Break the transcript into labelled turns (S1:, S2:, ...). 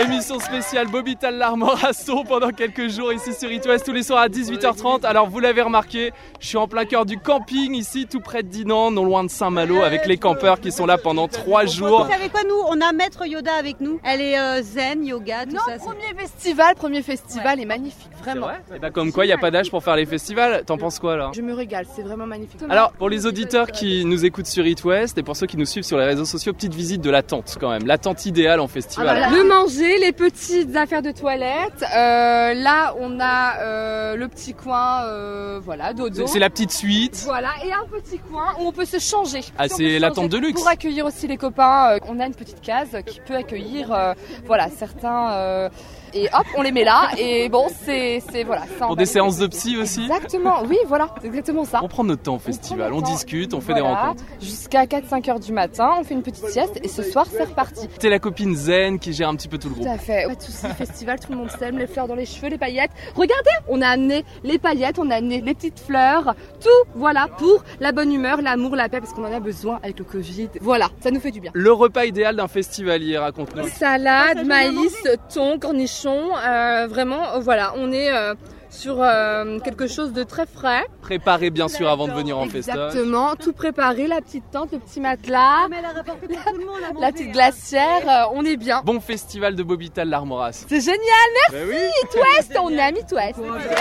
S1: Émission spéciale Bobital Larmorasso pendant quelques jours ici sur Itouest tous les soirs à 18h30. Alors vous l'avez remarqué, je suis en plein cœur du camping ici tout près de Dinan, non loin de Saint-Malo avec les campeurs qui sont là pendant trois jours.
S2: Vous savez quoi nous On a Maître Yoda avec nous. Elle est euh, zen, yoga, tout
S3: Non,
S2: ça. c'est-
S3: premier festival, premier festival est magnifique, vraiment.
S1: Et bah comme quoi il n'y a pas d'âge pour faire les festivals, t'en penses quoi là
S3: Je me régale, c'est vraiment magnifique.
S1: Alors, pour les auditeurs qui nous écoutent sur It West et pour ceux qui nous suivent sur les réseaux sociaux, petite visite de la tente quand même, la tente idéale en festival.
S3: Ah bah là.
S4: Le manger, les petites affaires de toilette. Euh, là, on a euh, le petit coin, euh, voilà, dodo.
S1: C'est- C'est la petite suite.
S4: Voilà, et un petit coin où on peut se changer.
S1: Ah, c'est
S4: On peut se changer
S1: l'attente de luxe.
S4: Pour accueillir aussi les copains, euh, on a une petite case qui peut accueillir, euh, voilà, certains. euh, et hop, on les met là. Et bon, c'est, c'est voilà. Ça
S1: Pour des séances de psy aussi.
S4: Exactement, oui, voilà, c'est exactement ça.
S1: On prend notre temps au festival, on
S4: prend le temps,
S1: discute, on fait des
S4: voilà,
S1: rencontres.
S4: Jusqu'à 4-5 heures du matin, on fait une petite sieste et ce soir, c'est reparti.
S1: T'es la copine zen qui gère un petit peu tout le
S4: Tout
S1: groupe.
S4: à fait. Pas de soucis, festival, tout le monde s'aime, les fleurs dans les cheveux, les paillettes. Regardez, on a amené les paillettes, on a amené les petites fleurs, tout, voilà, pour la bonne humeur, l'amour, la paix, parce qu'on en a besoin avec le Covid. Voilà, ça nous fait du bien.
S1: Le repas idéal d'un festivalier, raconte-nous.
S4: Salade, maïs, thon, cornichon, euh, vraiment, euh, voilà, on est euh, sur euh, quelque chose de très frais.
S1: Préparez bien sûr avant de venir en festoche.
S4: Exactement, tout préparé, la petite tente, le petit matelas,
S2: Mais elle a rapporté pour tout le monde à manger,
S4: la
S2: hein.
S4: petite glacière, euh, on est bien.
S1: Bon festival de Bobital l'Armoras.
S4: C'est génial, merci Midwest, on est à Midwest.